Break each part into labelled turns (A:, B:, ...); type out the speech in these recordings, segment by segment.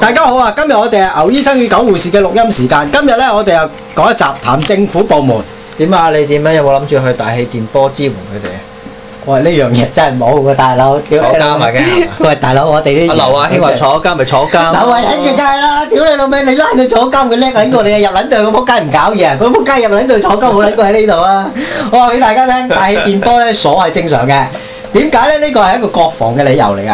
A: 大家好啊！今日我哋係牛醫生與狗護士嘅錄音時間。今日咧，我哋又講一集談政府部門。
B: 點啊？你點咧？有冇諗住去大氣電波支援佢哋啊？
A: 我話呢樣嘢真係冇嘅，大佬。屌
B: 坐
A: 你老
B: 監
A: 味
B: 咪驚
A: 喂，大佬，我哋呢啲
B: 阿劉亞希話坐監咪坐監
A: 劉慧欣嘅梗係啦，屌你老味，你拉佢坐監，佢叻撚過你啊！入撚隊個仆街唔搞嘢啊，佢仆街入撚隊坐監好撚過喺呢度啊！我話俾大家聽，大氣電波咧鎖係正常嘅，點解咧？呢個係一個國防嘅理由嚟噶。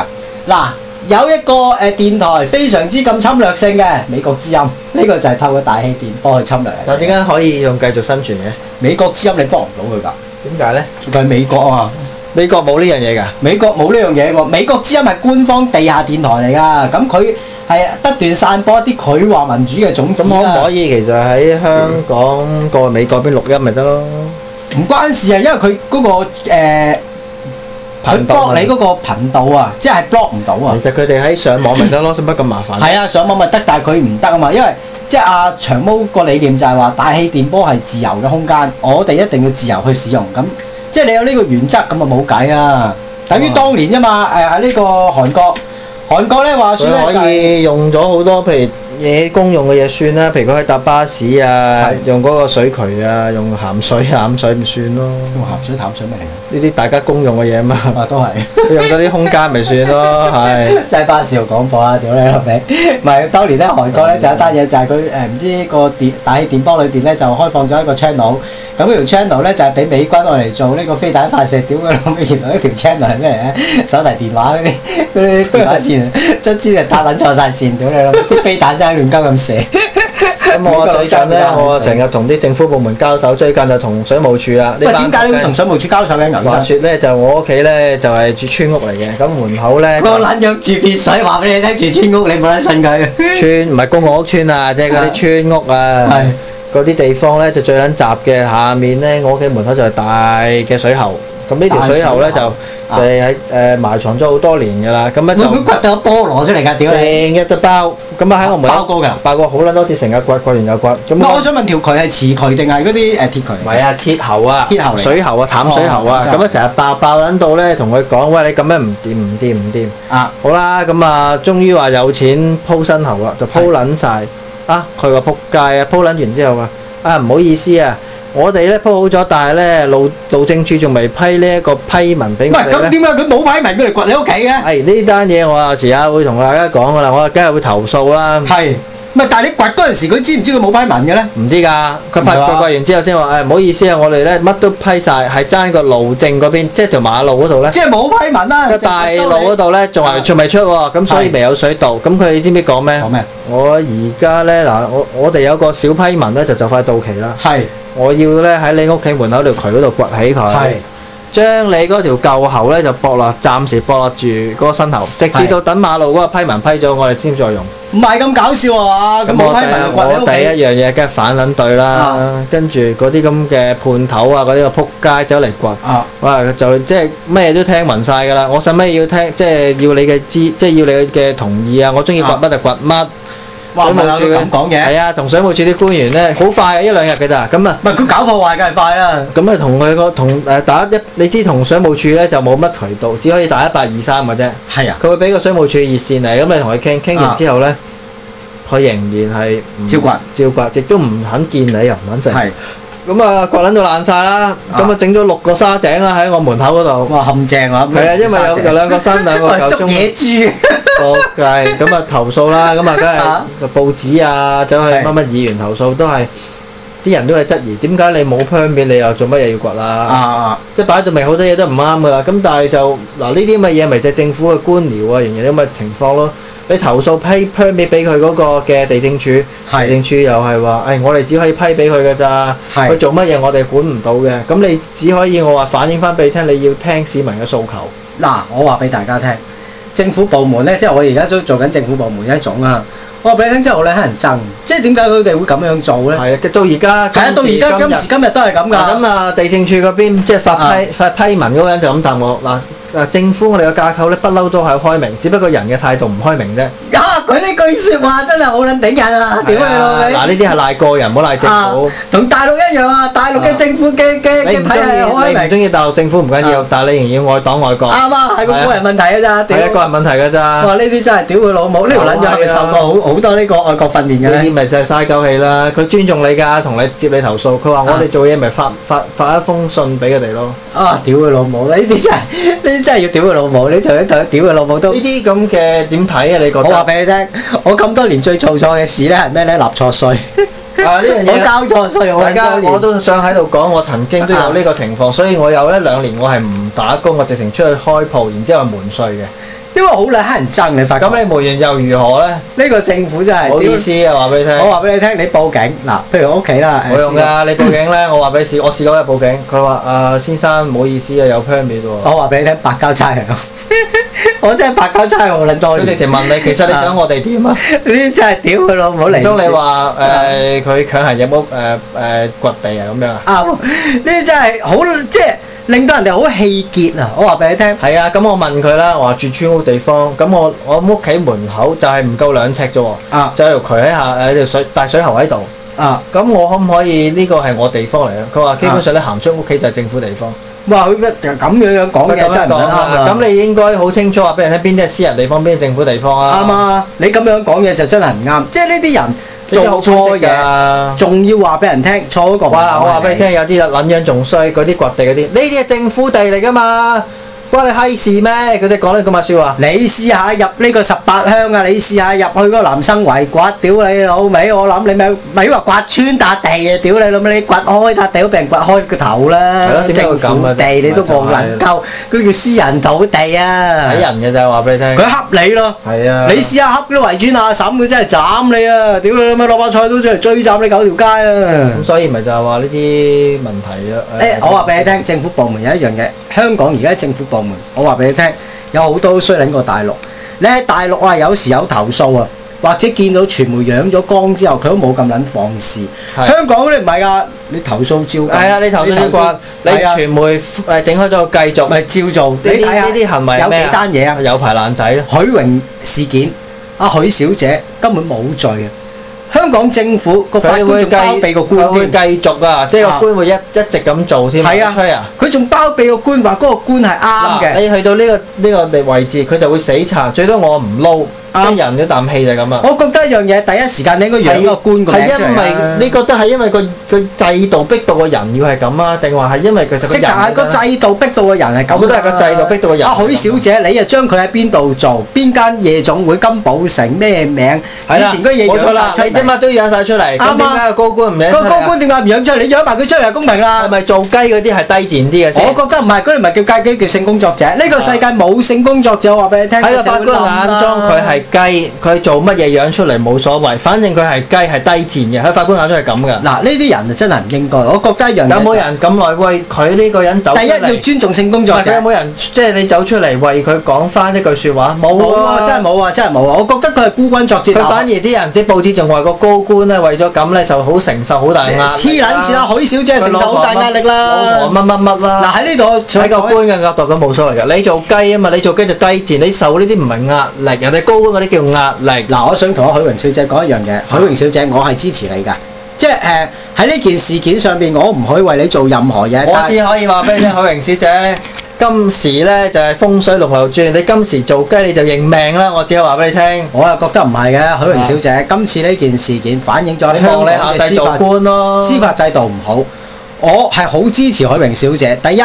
A: 嗱，有一個誒電台非常之咁侵略性嘅美國之音，呢個就係透過大氣電波去侵略人。
B: 但點解可以仲繼續生存嘅？
A: 美國之音你幫唔到佢㗎，
B: 點解咧？
A: 佢係美國啊嘛。
B: 美國冇呢樣嘢㗎。
A: 美國冇呢樣嘢喎，美國之音係官方地下電台嚟㗎，咁佢係不斷散播一啲佢話民主嘅種子
B: 咁可唔
A: 啦
B: 可。以其實喺香港過美國邊錄音咪得咯？
A: 唔關事啊，因為佢嗰、個誒佢
B: 頻道
A: block
B: 啊
A: 你嗰個頻道啊，即係 block 唔到啊。
B: 其實佢哋喺上網咪得 咯，使乜咁麻煩？
A: 係啊，上網咪得，但係佢唔得啊嘛，因為即係阿長毛個理念就係話大氣電波係自由嘅空間，我哋一定要自由去使用。咁即係你有呢個原則，咁啊冇計啊。等於當年啫嘛，誒喺呢個韓國，韓國咧話説咧
B: 佢
A: 就
B: 可
A: 係
B: 以用咗好多譬如嘢公用嘅嘢算啦，譬如佢去搭巴士啊
A: 係，
B: 用嗰個水渠啊，用鹹水鹹水唔算咯。
A: 用鹹水淡水咩嚟㗎？
B: 呢啲大家公用嘅嘢嘛，
A: 啊，都係，
B: 用嗰啲空間咪算咯，係。
A: 真係巴士度廣播啊！屌你老 味，唔係當年咧韓國咧就有一單嘢就係佢誒唔知個電大氣電波裏邊咧就開放咗一個 channel，咁嗰條 channel 咧就係俾美軍我嚟做呢個飛彈發射，屌佢老味！原來呢條 channel 係 咩嚟咧？手提電話嗰啲嗰啲電話線，啊卒之就搭撚錯晒線，屌你老味！啲飛彈真係亂鳩咁射，
B: 咁我最近咧
A: 呢，個
B: 我成日同啲政府部門交手，最近就同水務署啦。
A: 喂
B: 呢班
A: 點解你會同
B: 仆
A: 水
B: 街
A: 務署交手嘅牛醫
B: 話
A: 生？
B: 説咧，就我屋企咧就係住村屋嚟嘅，咁門口咧
A: 我撚樣住別水，話俾你聽，住村屋你冇撚信佢。
B: 村唔係公共屋村啊，即係嗰啲村屋啊
A: 係，
B: 嗰啲地方咧就最撚雜嘅。下面咧我屋企門口就係大嘅水喉，咁呢條水喉咧
A: 大水
B: 就
A: 喉
B: 就係喺誒埋藏咗好多年㗎啦。咁咧
A: 會唔會
B: 就
A: 掘到個菠蘿出嚟㗎？屌你！
B: 成日都包，咁啊喺我門口
A: 包過㗎
B: 爆過好撚多次，成日掘掘完又掘。咁
A: 我想問條渠係磁渠定係嗰啲誒鐵渠嚟㗎？
B: 唔係啊，鐵喉啊，
A: 鐵喉嚟
B: 水喉啊，淡水喉啊
A: 哦，
B: 咁啊成日爆爆撚到咧，同佢講喂，你咁樣唔掂唔掂唔掂，
A: 啊，
B: 好啦，咁啊，終於話有錢鋪新喉啦，就鋪撚晒啊！佢個撲街啊，鋪撚完之後啊，啊唔好意思啊，我哋咧鋪好咗，但係咧路路政處仲未批呢一個批文俾
A: 唔
B: 我
A: 係咁
B: 哋咧。
A: 點解啊佢冇擺明佢嚟掘你屋企嘅？
B: 係呢單嘢，我有時啊會同大家講噶啦，我梗係會投訴啦。
A: 係，唔係但係你掘嗰陣時，佢知唔知佢冇擺明嘅咧？
B: 唔知㗎，佢
A: 唔知
B: 拍
A: 啊
B: 佢拍完之後先話，誒唔好意思啊，我哋咧乜都批晒，係爭個路政嗰邊，即係條馬路嗰度咧。
A: 即係冇啊擺明 啦，
B: 個大路嗰度咧，仲係仲未出喎，咁所以未有水道。咁佢知唔知講咩
A: 哦講？咩？
B: 我而家咧嗱，我我哋有個小批文咧，就就快到期啦。
A: 係
B: 我要咧喺你屋企門口條渠嗰度掘起佢
A: 係，
B: 將你嗰條舊喉咧就駁落，暫時駁落住嗰個新喉，直至
A: 係
B: 到等馬路嗰個批文批咗，我哋先再用。
A: 唔係咁搞笑啊？佢
B: 咁
A: 冇
B: 我
A: 擺
B: 第
A: 明
B: 我
A: 掘
B: 第
A: 你屋企。
B: 一樣嘢梗係反撚對啦
A: 啊，
B: 跟住嗰啲咁嘅判頭啊，嗰啲個撲街走嚟掘。
A: 啊，
B: 哇！就即係咩都聽聞晒㗎啦，我使咩要聽？即係要你嘅知，即係要你嘅同意啊！我中意掘
A: 啊
B: 乜就掘乜。
A: 哇！唔係啊
B: 水
A: 佢咁
B: 務署
A: 講嘢，
B: 係啊，同水務署啲官員咧，好快嘅一兩日㗎咋，咁啊。
A: 唔係佢搞破壞梗係快啦。
B: 咁啊，同佢個同誒打一，你知同水務署咧就冇乜渠道，只可以打一八二三嘅啫。
A: 係啊，
B: 佢會俾個水務署熱線嚟，咁你同佢傾，傾
A: 啊
B: 完之後咧，佢仍然係唔
A: 照
B: 照掘，亦都唔肯見你，又唔肯食。
A: 係
B: 咁啊，掘撚到爛晒啦，
A: 啊
B: 咁啊整咗六個沙井啦喺我門口嗰度。
A: 哇陷阱啊！
B: 係啊，因為有有兩個新兩個
A: 喂
B: 舊
A: 捉
B: 中
A: 野豬，
B: 國界，咁啊投訴啦，咁
A: 啊
B: 啊梗係報紙啊，走去
A: 係
B: 乜乜議員投訴都係啲人都係質疑，點解你冇 permit 你又做乜嘢要掘啊？
A: 啊
B: 即係擺到明好多嘢都唔啱噶啦，咁但係就嗱呢啲咁嘅嘢咪就係政府嘅官僚啊，仍然有咁嘅情況咯。你投訴批 permit 俾佢嗰個嘅地政處，地
A: 係
B: 政處又係話，誒、我哋只可以批俾佢嘅咋，
A: 係
B: 佢做乜嘢我哋管唔到嘅，咁你只可以我話反映翻俾你聽，你要聽市民嘅訴求。
A: 嗱，我話俾大家聽，政府部門咧，即係我而家都做緊政府部門一種啊。我話俾你聽之後咧，乞人憎，即係點解佢哋會咁樣做咧？
B: 係啊，到而家
A: 係啊，到
B: 今時
A: 而家
B: 今日
A: 今時今日都係咁啊
B: 嗱
A: 㗎。
B: 咁啊，地政處嗰邊即係發批發批文嗰個啊人就咁答我嗱。嗱，政府我哋嘅架構咧，不嬲都係開明，只不過人嘅態度唔開明啫。
A: 啊！佢呢句説話真係好撚頂人啊！屌你老味！
B: 嗱，呢啲係賴個人，唔好賴政
A: 啊
B: 府。，
A: 同大陸一樣啊！大陸嘅政府嘅嘅
B: 你
A: 嘅
B: 唔
A: 體系好
B: 中意，你
A: 開
B: 唔
A: 明，
B: 中意大陸政府唔緊要
A: 啊，
B: 但係你仍然要愛黨愛國，
A: 啱啊，係個個人問題嘅咋，屌！
B: 係一個人問題㗎咋。
A: 哇！呢啲真係屌佢老母，呢條撚樣係咪受過好好多呢個愛國訓練嘅
B: 呢
A: 咧
B: 啲？咪就係嘥鳩氣啦！佢尊重你㗎，同你接你投訴。佢話我哋做嘢咪發發發一封信俾佢哋咯。
A: 啊！屌佢老母，呢啲真係呢啲真係要屌佢老母，你除咗屌屌佢老母都
B: 呢。啲咁嘅點睇啊？你覺
A: 我話
B: 得？
A: 俾你聽，我咁多年最做錯嘅事咧係咩咧？納錯税，
B: 啊呢樣
A: 我
B: 嘢。
A: 交錯税，我
B: 大
A: 撚
B: 家
A: 多
B: 我
A: 年。
B: 都想喺度講，我曾經都有呢個情況，所以我有呢兩年我係唔打工，我直情出去開鋪，然之後瞞税嘅。
A: 因為好撚乞人憎，你發覺
B: 咁你瞞完又如何呢？
A: 呢個政府真係
B: 冇意
A: 屌
B: 思啊！話俾你聽，
A: 我話俾你聽，你報警嗱，譬如我屋企啦，誒
B: 冇用。㗎。你報警呢，我話俾你試，我試過去報警，佢話誒先生唔好意思啊，有 permit
A: 我
B: 喎。
A: 話俾你聽，白交差人， 我真係白交差人，我撚多
B: 佢直
A: 年。
B: 情問你，其實你想我哋點啊？
A: 呢啲真係屌佢老母嚟。
B: 唔通你話誒佢強行入屋誒誒掘地啊咁樣啊？
A: 啱？呢啲真係好，即係令到人哋好氣結啊！我話俾你聽，
B: 係啊，咁我問佢啦，我話住村屋地方，咁我我屋企門口就係唔夠兩尺啫喎，
A: 啊
B: 就有條渠喺下誒條水大水喉喺度。
A: 啊，
B: 咁我可唔可以呢個係我地方嚟啊？佢話基本上你行出屋企就係政府地方。
A: 哇！佢就咁樣樣講嘢真係唔
B: 咁樣講
A: 啱
B: 啊
A: 啊！
B: 咁你應該好清楚話俾人聽邊啲係私人地方，邊啲係政府地方啊？
A: 啱啊！你咁樣講嘢就真係唔啱，即係呢啲人做錯嘢，
B: 嘢。
A: 仲要話俾人聽錯嗰個。
B: 哇！我話俾你，聽，有啲撚樣仲衰，嗰啲掘地嗰啲，呢啲係政府地嚟噶嘛，關你閪事咩？佢哋講呢咁嘅説話。
A: 你試下入呢個十八鄉啊！你試下入去嗰個南生圍刮，屌你老味！我諗你咪咪話刮穿笪地啊！屌你老味！你刮開笪地都俾人刮開個頭啦
B: 係咯！點解會
A: 政
B: 咁
A: 府
B: 啊
A: 地你都冇能夠，嗰叫私人土地啊！
B: 睇人嘅咋，話俾你聽。
A: 佢恰你咯。
B: 係啊，
A: 你試下恰啲圍村阿嬸，佢真係斬你啊！屌你老味，攞把菜刀出嚟追斬你九條街啊！
B: 咁所以咪就係話呢啲問題咯。
A: 誒、我話俾你聽，政府部門有一樣嘢，香港而家政府部門，我話俾你聽，有好多都衰撚過大陸。你喺大陸啊，有時有投訴啊，或者見到傳媒養咗光之後，佢都冇咁撚放肆。
B: 係
A: 香港嗰啲唔係㗎，你投訴照計
B: 係啊，你頭先呢個你
A: 係啊
B: 傳媒誒整開咗，繼續。
A: 咪照做。
B: 呢
A: 你睇
B: 啲
A: 下
B: 呢啲行為係
A: 有
B: 咩
A: 幾單嘢啊？
B: 有排爛仔咯。
A: 許榮事件，阿許小姐根本冇罪啊！香港政府個法
B: 佢
A: 官
B: 會
A: 仲
B: 繼
A: 包庇個
B: 佢
A: 官
B: 會
A: 添。
B: 繼續啊，即係
A: 啊
B: 個官會一一直咁做添。
A: 係啊
B: 吹啊！
A: 佢仲包庇個官話嗰個官係啱嘅
B: 嗱，。你去到呢個呢個地位置，佢就會死撐，最多我唔撈，
A: 啱
B: 跟人一啖氣就係咁啊。
A: 我覺得一樣嘢，第一時間你應該養一個官個名
B: 係
A: 出嚟
B: 因為
A: 啊
B: 你覺得係因為個個制度逼到個人要係咁啊，定話係因為佢就個
A: 即
B: 人
A: 係個制度逼到個人係咁啊。
B: 我覺得係個
A: À,
B: 制度逼到個人
A: 啊，許小姐，你啊將佢喺邊度做？邊間夜總會？金寶城咩名？以
B: 係啦，
A: 前嗰嘢
B: 冇錯
A: 養
B: 啦，
A: 晒
B: 你
A: 出
B: 啫
A: 嚟。
B: 嘛都養晒出嚟，
A: 啱啊
B: 咁點解個高官唔養出
A: 個
B: 嚟
A: 高
B: 啊？
A: 官點解唔養出嚟？你養埋佢出嚟就公平
B: 係
A: 啦。
B: 咪做雞嗰啲係低賤啲嘅
A: 啊我
B: 先？
A: 覺得唔係，嗰啲唔係叫雞雞，叫性工作者。呢個世界冇性工作者，我話俾你聽。
B: 喺個
A: 個社
B: 法
A: 會
B: 官
A: 冧啦
B: 眼中，佢係雞，佢做乜嘢養出嚟冇所謂，反正佢係雞係低賤嘅，喺法官眼中係咁噶。
A: 嗱呢啲人啊，真係唔應該。我覺得一樣嘢就
B: 有
A: 係
B: 冇人咁耐為佢呢個人走出
A: 第一
B: 嚟？
A: 要尊重性工
B: 唔係
A: 作者
B: 佢有。冇人即係你走出嚟為佢講翻一句説話？冇
A: 冇啊，真係
B: 啊！
A: 冇啊，真係冇啊！我覺得佢係孤軍作戰。
B: 佢反而啲人啲報紙仲話個高官咧為咗咁咧就好承受好大壓力
A: 黐撚線啦，許小姐承受好大壓力
B: 老
A: 啦
B: 婆。乜乜乜
A: 嗱
B: 啦。
A: 喺呢度
B: 喺個官嘅角度咁冇所謂嘅，你做雞啊嘛，你做雞就低賤，你受呢啲唔係壓力，人哋高官嗰啲叫壓力。
A: 嗱，我想同阿許榮小姐講一樣嘢，許榮小姐，我係支持你㗎，即係誒喺呢件事件上邊，我唔可以為你做任何嘢。
B: 我
A: 但
B: 啊
A: 係
B: 只可以話俾你聽，許榮小姐，今時咧就係風水龍流轉，你今時做雞你就認命啦！我只可以話俾你聽，
A: 我又覺得唔係嘅，許榮小姐，今次呢件事件反映咗
B: 你望
A: 香港
B: 你下
A: 嘅
B: 世
A: 司
B: 做
A: 法
B: 官咯。
A: 司法制度唔好，我係好支持許榮小姐。第一，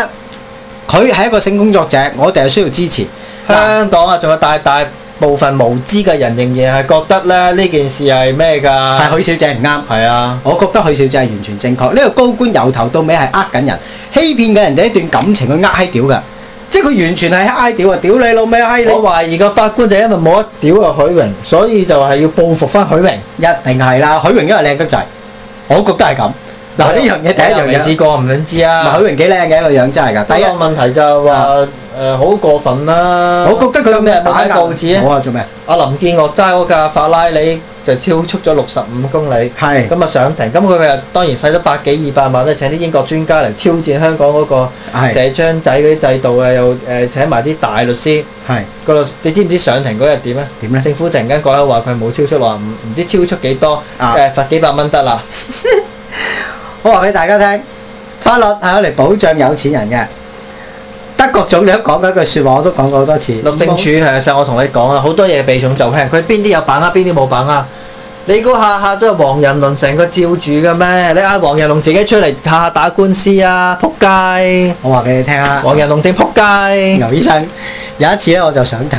A: 佢係一個性工作者，我哋係需要支持。嗱，
B: 香港啊，仲有大大部分無知嘅人仍然係覺得咧呢件事係咩㗎？
A: 但係許小姐唔啱。
B: 係啊，
A: 我覺得許小姐係完全正確，呢、個高官由頭到尾係呃緊人、欺騙緊人哋一段感情，佢呃閪屌㗎，即係佢完全係呃閪屌啊！屌你老味閪
B: 我
A: 你！
B: 懷疑個法官就因為冇得屌啊許榮，所以就係要報復翻許榮。
A: 一定係啦，許榮因為靚得滯，我覺得係咁。嗱呢樣嘢第一樣
B: 我又未
A: 嘢，
B: 試過，唔想知
A: 嗱
B: 啊
A: 許。榮幾靚嘅個樣真係㗎。
B: 第
A: 第
B: 一
A: 一
B: 個，問題就係話誒好過分啦。
A: 啊我覺得佢
B: 今日
A: 咁
B: 有
A: 樣
B: 冇
A: 打
B: 睇報紙啊
A: 我？話做咩？
B: 阿林建岳揸嗰架法拉利就超速咗六十五公里。
A: 係
B: 咁啊上庭，咁佢咪又當然使咗百幾二百萬咧，請啲英國專家嚟挑戰香港嗰個
A: 係
B: 寫章仔嗰啲制度啊，又誒、呃、請埋啲大律師。
A: 係
B: 個律師你知唔知上庭嗰日點咧？啊
A: 點咧？
B: 政府突然間改口話佢冇超速話唔唔知超速幾多，誒、
A: 啊
B: 罰幾百蚊得啦。
A: 我話俾大家聽，法律係攞嚟保障有錢人嘅。德國總理都講過一句説話，我都講過好多次。
B: 律政署係上我同你講啊，好多嘢避重就輕，佢邊啲有把握，邊啲冇把握。你估下下都係黃仁龍成個照住嘅咩？你嗌黃仁龍自己出嚟下下打官司啊，撲街！
A: 我話俾你聽啊，
B: 黃仁龍正撲街。
A: 牛醫生有一次咧，我就想提，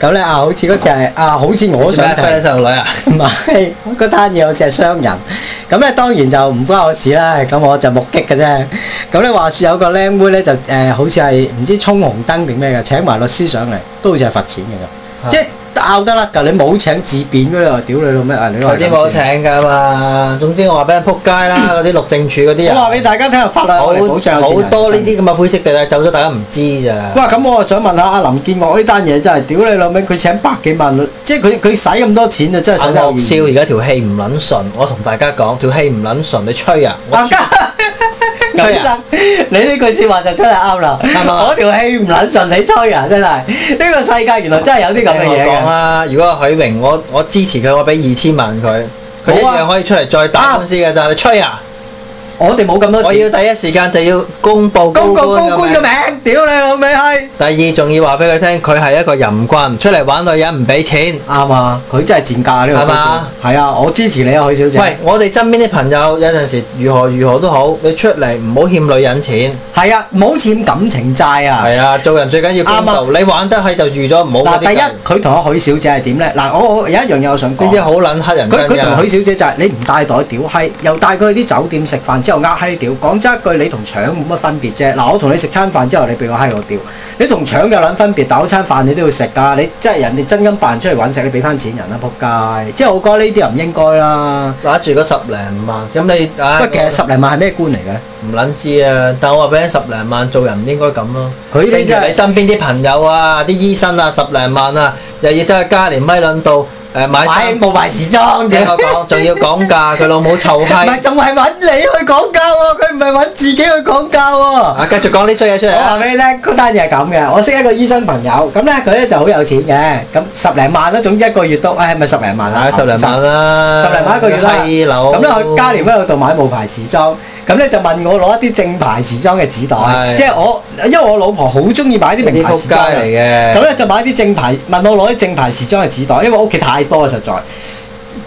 A: 咁咧啊，好似嗰次係啊，好似我想提
B: 咩。細路女啊！
A: 唔係嗰單嘢好似係傷人，咁咧當然就唔關我事啦，咁我就目擊嘅啫。咁咧話説有個靚妹咧就誒、呃好似係唔知衝紅燈定咩嘅，請埋律師上嚟，都好似係罰錢嘅
B: 啊
A: 啫，即係拗得甩㗎。你冇請自辯嗰啲啊，屌你老咩啊！你話
B: 嗰啲冇
A: 咁先
B: 請㗎嘛。總之我話俾人撲街啦，嗰啲律政處嗰啲人
A: 我話俾大家聽，法律係我哋保障啊
B: 好
A: 有錢
B: 好
A: 人
B: 多呢。啲咁嘅灰色地帶，走咗大家唔知咋。
A: 哇！咁我想問下阿林建岳呢單嘢真係屌你老味，佢請百幾萬律，即係佢佢使咁多錢就真係
B: 阿
A: 使得有
B: 樂
A: 意義
B: 少而家條氣唔撚順，我同大家講條氣唔撚順，你吹啊！我
A: 阿家，牛醫生，你呢句説話就真係啱啦。
B: 啱啊
A: 我條氣唔撚順，你吹啊人真係。呢個世界原來真係有啲咁嘅
B: 聽我
A: 嘢
B: 講
A: 嘅。
B: 啦，如果許榮，我我支持佢，我俾二千萬佢，佢一
A: 好啊
B: 樣可以出嚟再打官司嘅咋，你吹啊！
A: 我哋冇咁多
B: 我
A: 錢。
B: 要第一時間就要公佈
A: 啊公告
B: 官
A: 高官嘅
B: 名。
A: 名，屌你老味閪！
B: 第二仲要話俾佢聽，佢係一個淫棍，出嚟玩女人唔俾錢。
A: 啱啊，佢真係賤格啊呢個
B: 係嘛
A: 高官。係啊，我支持你啊，許小姐。
B: 喂，我哋身邊啲朋友有陣時如何如何都好，你出嚟唔好欠女人錢。
A: 係啊，唔好欠感情債啊。
B: 係啊，做人最緊要公道。你玩得起就預咗唔好
A: 嗱，
B: 嗰
A: 第
B: 啲人。
A: 一佢同阿許小姐係點咧？嗱，我我有一樣嘢我想講。
B: 呢啲好撚黑人
A: 佢
B: 憎
A: 佢同
B: 㗎
A: 許。小姐就係你唔帶袋屌閪，又帶佢去啲酒店食飯之後呃閪屌。講真一句，你同搶冇乜分別啫。嗱，我同你食餐飯之後，你俾我閪我屌，你同搶有撚分別，但係嗰餐飯你都要食㗎。你真係人哋真金扮出嚟揾食，你俾翻錢人啦，仆街！即係我覺得呢啲又唔應該啦。
B: 揦住嗰十零萬，咁你唉，
A: 喂，其實十零萬係咩官嚟嘅咧？
B: 唔撚知啊！但我話俾你聽，十零萬做人唔應該咁咯。
A: 佢呢
B: 正
A: 啲真
B: 如你
A: 係
B: 身邊啲朋友啊、啲醫生啊，十零萬啊，又要走去加連米撚度誒買
A: 買
B: 衫，
A: 冒牌時裝
B: 聽
A: 嘅。
B: 我講，仲要講價，佢老母臭
A: 唔係，
B: 閪。
A: 仲係揾你去講價喎，佢唔係揾自己去講價喎。
B: 啊，繼續講呢衰嘢出嚟
A: 我話
B: 啊！
A: 俾你聽，嗰單嘢係咁嘅。我識一個醫生朋友，咁咧佢咧就好有錢嘅，咁十零萬啦，總之一個月都，誒係咪十零萬啊
B: 啊，？十零萬啦，
A: 十零萬一個月啦
B: 閪佬
A: 咁咧，去嘉年威度買冒牌時裝，咁咧就問我攞一啲正牌時裝嘅紙袋，
B: 係
A: 即係我因為我老婆好中意買啲名
B: 啲
A: 牌
B: 仆
A: 時裝
B: 街嚟
A: 嘅，
B: 嘅。
A: 咁咧就買啲正牌，問我攞啲正牌時裝嘅紙袋，因為我屋企太多啊啦實在。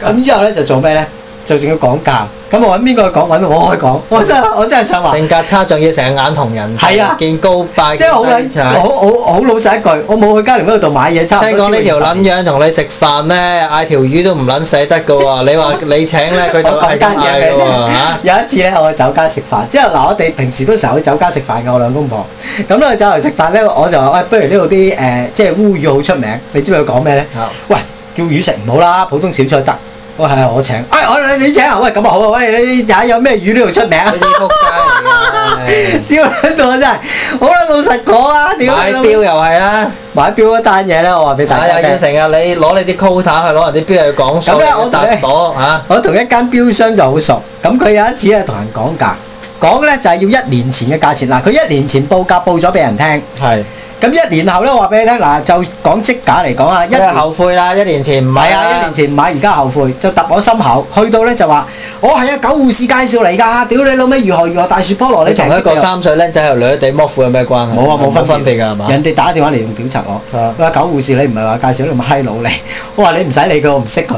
A: 咁之後咧就做咩咧？就仲要講價，咁我揾邊個去講？揾我去講，我真係我真係想話。
B: 性格差，仲要成日眼同人，
A: 係啊
B: 見高拜，
A: 即係好
B: 見低
A: 撚，
B: 殘
A: 好好好老實一句，我冇去嘉年威度買 嘢，差唔
B: 聽
A: 多
B: 講
A: 超過
B: 呢條
A: 20
B: 撚樣同你食飯咧，嗌條魚都唔撚捨得 噶喎！你話你請咧，佢就
A: 我講
B: 係咁
A: 單嘢
B: 嗌
A: 俾
B: 噶
A: 你
B: 喎 嚇。
A: 有一次咧，我去酒家食飯，之後嗱，我哋平時都成日去酒家食飯嘅，我兩公婆。咁咧去酒樓食飯咧，我就話喂，不如呢度啲誒，即係烏魚好出名。你知唔知佢講咩咧？
B: 啊
A: 喂，叫魚食唔好啦，普通小菜得。喂，係啊，我請。哎，我你你請啊？喂，咁啊好啊。喂，你睇有咩魚呢度出名啊
B: 呢？啲仆街
A: 笑撚到我真係，好啦，老實講啊，
B: 嚟嘅，啊
A: 屌你
B: 買
A: 老
B: 錶
A: 母
B: 又係啦，
A: 買表嗰單嘢咧，我話俾大
B: 但
A: 家
B: 又要
A: 聽。
B: 成日你攞你啲 quota 去攞人啲錶去講數，
A: 咁咧我
B: 搭攞嚇。
A: 我同一間標商就好熟，咁佢有一次咧同人講價，講咧就係要一年前嘅價錢。嗱，佢一年前報價報咗俾人聽，
B: 係，
A: 咁一年後咧話俾你聽，嗱就講即價嚟講啊，一
B: 一
A: 年
B: 係後悔啦，一年前唔
A: 唔係
B: 買
A: 啊，一年前唔買，而家後悔，就揼我心口。去到咧就話，我係啊狗護士介紹嚟㗎，屌你老味，如何如何大雪菠蘿
B: 你
A: 你平
B: 同
A: 啲
B: 一個
A: 俾我
B: 三歲僆仔喺度掠地剝褲有咩關係？
A: 冇啊冇分
B: 分別㗎係嘛？
A: 人哋打電話嚟用屌柒我，
B: 啊
A: 佢話狗護士你唔係話介紹你咁閪佬嚟，我話你唔使理佢，我唔識佢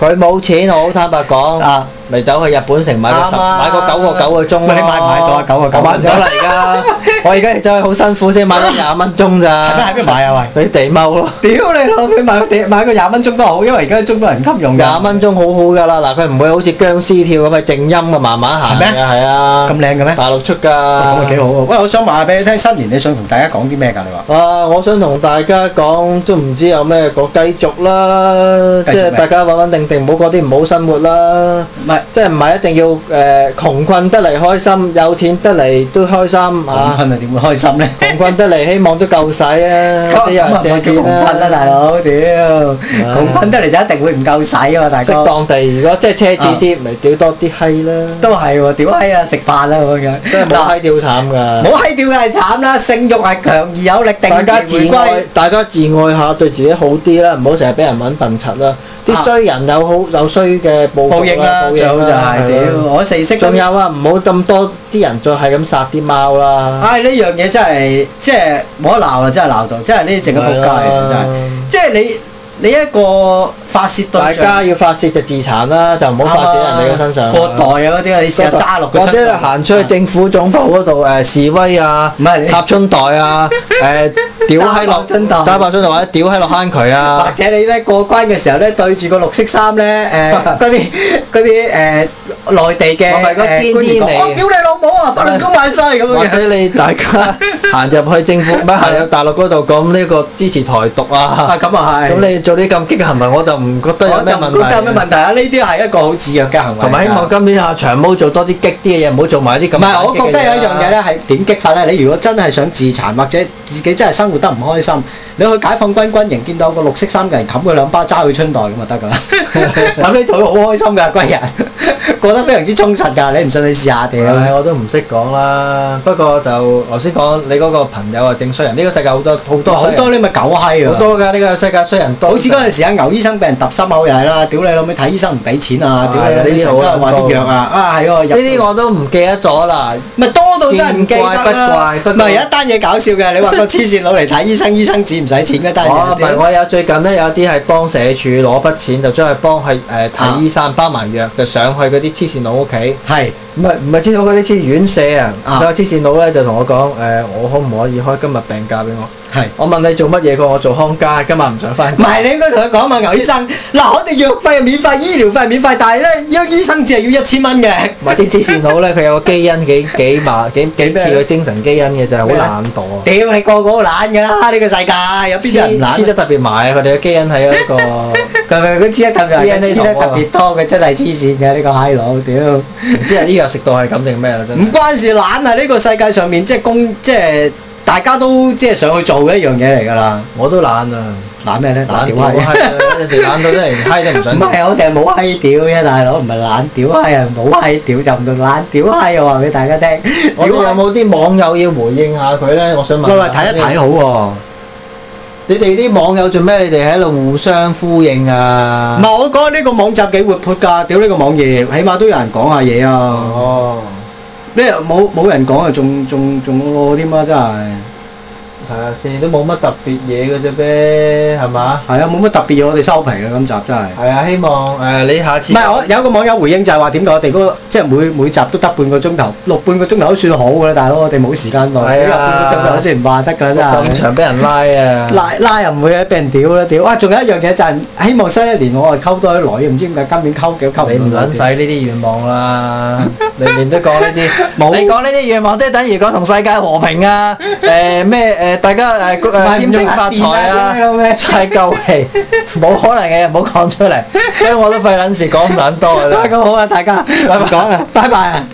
B: 佢冇錢，我好坦白講。
A: 啊。
B: 咪走去日本城買個十
A: 啱啊
B: 買個九個九個鐘咯
A: 咪你買唔買到啊九個九
B: 我買唔到啦而家，我而家真係好辛苦先買咗廿蚊鐘
A: 喺邊
B: 咋
A: 喺，邊買啊喂？
B: 俾地踎咯。
A: 屌你老味，買個地買個廿蚊鐘都好，因為而家啲鐘都係唔襟用㗎。
B: 廿蚊鐘好好㗎啦，嗱佢唔會好似僵屍跳咁嘅靜音嘅，慢慢行
A: 係
B: 嘅，
A: 咩
B: 係啊，
A: 咁靚嘅咩？
B: 大陸出㗎，
A: 咁啊幾好喎！喂，我想話俾你聽，新年你信乎大家講啲咩㗎？你話
B: 啊！我想同大家講，都唔知有咩講，繼續啦，
A: 繼續
B: 即係
A: 咩
B: 大家穩穩定定，唔好過啲唔好生活啦。
A: 唔係
B: 即係唔係一定要誒、窮困得嚟開心，有錢得嚟都開心
A: 窮
B: 啊！
A: 困啊點會開心咧？
B: 窮困得嚟希望都夠使啊！
A: 咁
B: 啲
A: 咁
B: 人
A: 啊唔係
B: 借
A: 叫
B: 錢
A: 窮困啦，大
B: 啦，
A: 佬，屌窮困得嚟就一定會唔夠使啊嘛，大
B: 適
A: 哥。
B: 當地如果即係奢侈啲，咪屌多啲閪啦，
A: 都係喎，屌閪啊，食飯啊咁樣。
B: 真係冇
A: 嗱
B: 閪屌慘㗎！
A: 冇閪屌係慘啦，性慾係強而有力，定
B: 大家
A: 期
B: 自
A: 回歸
B: 愛，。大家自愛下，對自己好啲啦，唔好成日俾人揾笨柒啦。
A: 啊
B: 啲衰人有好有衰嘅報
A: 報
B: 應
A: 應啦，
B: 報
A: 最好
B: 應
A: 就
B: 啦，
A: 係
B: 係
A: 屌
B: 咯
A: 我四識
B: 仲有啊，唔好咁多啲人再係咁殺啲貓啦。
A: 唉，呢樣嘢真係即係冇得鬧啦，真係鬧到，真係呢啲淨係撲街嚟真係。即係你你一個發泄對
B: 大
A: 象，
B: 家要發泄就自殘啦，就唔好發泄
A: Ờ,
B: 人哋嘅身上。
A: 過代啊嗰啲啊，你試下揸落個啊
B: 或者你行出去政府總部嗰度誒示威啊
A: 唔係，你
B: 插春袋 啊，誒屌喺落
A: 揸爆春袋
B: 揸爆春袋或者屌喺落坑渠
A: 或
B: 啊，
A: 者你咧過關嘅時候咧，對住個綠色衫咧， 誒嗰啲嗰啲誒內地嘅
B: 我咪嗰
A: 誒
B: 癲
A: 官員
B: 癲
A: 講
B: 嚟嘅
A: 我屌你老母啊！法輪功萬歲咁
B: 或
A: 樣嘅。
B: 者你 大家行入去政府，唔係行入大陸嗰度講呢個支持台獨
A: 啊，
B: 啊，
A: 咁啊係。
B: 咁你做啲咁激嘅行為，我就唔覺得有咩問
A: 我就唔覺得有咩
B: 題。
A: 問題啊？呢啲係一個好自虐嘅行為。
B: 同埋希望今年阿長毛做多啲激啲嘅嘢，唔好做埋啲咁。
A: 唔係，我覺得
B: 啊
A: 有一樣嘢咧係點激發咧？你如果真係想自殘或者自己真係生活得唔開心，你去解放軍軍營見到個綠色衫嘅人冚佢兩巴，揸佢春袋咁就得㗎 啦。咁你就會好開心㗎，軍人過得非常之充實㗎。你唔信你試下屌。
B: 唉，我都唔識講啦。不過就頭先講你嗰個朋友啊，正衰人。呢、個世界好多好多
A: 好
B: 衰人
A: 多你咪狗閪
B: 好
A: 啊！
B: 多㗎，呢、個世界衰人多。
A: 好似嗰陣時啊，牛醫生俾人揼心口又係啦，屌你老味睇醫生唔俾錢啊，屌你老味
B: 係呢啲
A: 成
B: 好
A: 日話啲
B: 多
A: 藥啊，啊係喎，入
B: 呢啲我都唔記得咗啦。
A: 咪多到真係唔記得
B: 見怪
A: 啦。
B: 不怪不
A: 唔
B: 過
A: 係有一單嘢搞笑嘅，你話個黐線佬嚟睇醫生，醫生紙唔使錢嗰單
B: 哦我唔係
A: 嘢。
B: 我有最近咧有啲係幫社署攞筆錢，就將佢幫佢誒睇醫生包埋藥，就上去嗰啲黐線佬屋企。
A: 係
B: 唔係唔係黐線佬嗰啲黐院舍啊！
A: 啊
B: 有個黐線佬咧就同我講誒、我可唔可以開今日病假俾我？
A: 係。
B: 我問你做乜嘢？佢話我做康家，今日唔想翻
A: 唔。係，你應該同佢講嘛，牛醫生。嗱，我哋藥費係免費，醫療費係免費，但係咧，因為醫生只係要一千蚊嘅。
B: 唔係啲黐線佬咧，佢有個基因幾幾麻 幾幾似佢精神基因嘅，就係好懶惰啊，
A: 屌你個個都懶㗎啦，呢個世界有邊啲人
B: 黐
A: 唔
B: 黐
A: 懶
B: 得
A: 啊？
B: 特別埋啊！佢哋嘅基因喺一 個唔
A: 佢咪佢黐得特別
B: 黐得
A: 黐得
B: 頭啊
A: 特別多，佢真係黐線嘅呢個閪佬，屌！
B: 知係啲藥食到係咁定咩啦，真
A: 唔
B: 係。
A: 關事，懶啊！呢個世界上面即係公，即係大家都即係想去做嘅一樣嘢嚟㗎啦。
B: 我都懶啊，
A: 懶咩咧？懶
B: 懶
A: 屌
B: 屌
A: 閪。
B: 閪啊，有時懶到真係連閪都唔
A: 唔
B: 想。
A: 係，我哋係冇閪屌嘅，大佬唔係懶屌閪啊，冇閪屌就唔同懶屌閪，我話俾大家聽。
B: 我哋
A: 屌
B: 有
A: 閪
B: 冇啲網友要回應下佢咧？我想問。
A: 喂喂，睇一睇。好喎。
B: 你哋啲網友做咩？你哋喺度互相呼應
A: 唔
B: 啊？
A: 係，我覺得呢個網站幾活潑㗎，屌呢個網頁，起碼都有人講下嘢啊！
B: 哦，
A: 咩冇冇人講啊？仲仲仲惡添啊！真係
B: 睇下先，都冇乜特別嘢嘅啫呗，係嘛？
A: 係啊，冇乜特別嘢，我哋收皮啦，今集真係。
B: 係啊，希望誒、你下次
A: 唔係，我有個網友回應就係話點解我哋嗰個即係每每集都得半個鐘頭，錄半個鐘頭都算好㗎啦，大佬，我哋冇時間錄，
B: 係啊
A: 半個鐘頭都算唔話得㗎啦，真
B: 咁
A: 係。
B: 長俾人拉啊！
A: 拉拉又唔會啊，俾人屌啦屌！啊，仲有一樣嘢就係希望新一年我係溝多啲女，唔知點解今年溝幾都溝
B: 你唔
A: 唔到
B: 撚
A: 女
B: 使呢啲願望啦， 你面都講呢啲，
A: 冇
B: 你講呢啲願望即係等於講同世界和平啊，誒咩誒大家誒誒
A: 係
B: 添丁發財啊
A: 唔用 壓電啊，
B: 太夠氣，冇可能嘅，唔好講出嚟，所以我都費撚事講唔撚多啊
A: 啊
B: 真係。
A: 咁好啊，大家唔講啦，拜拜啊！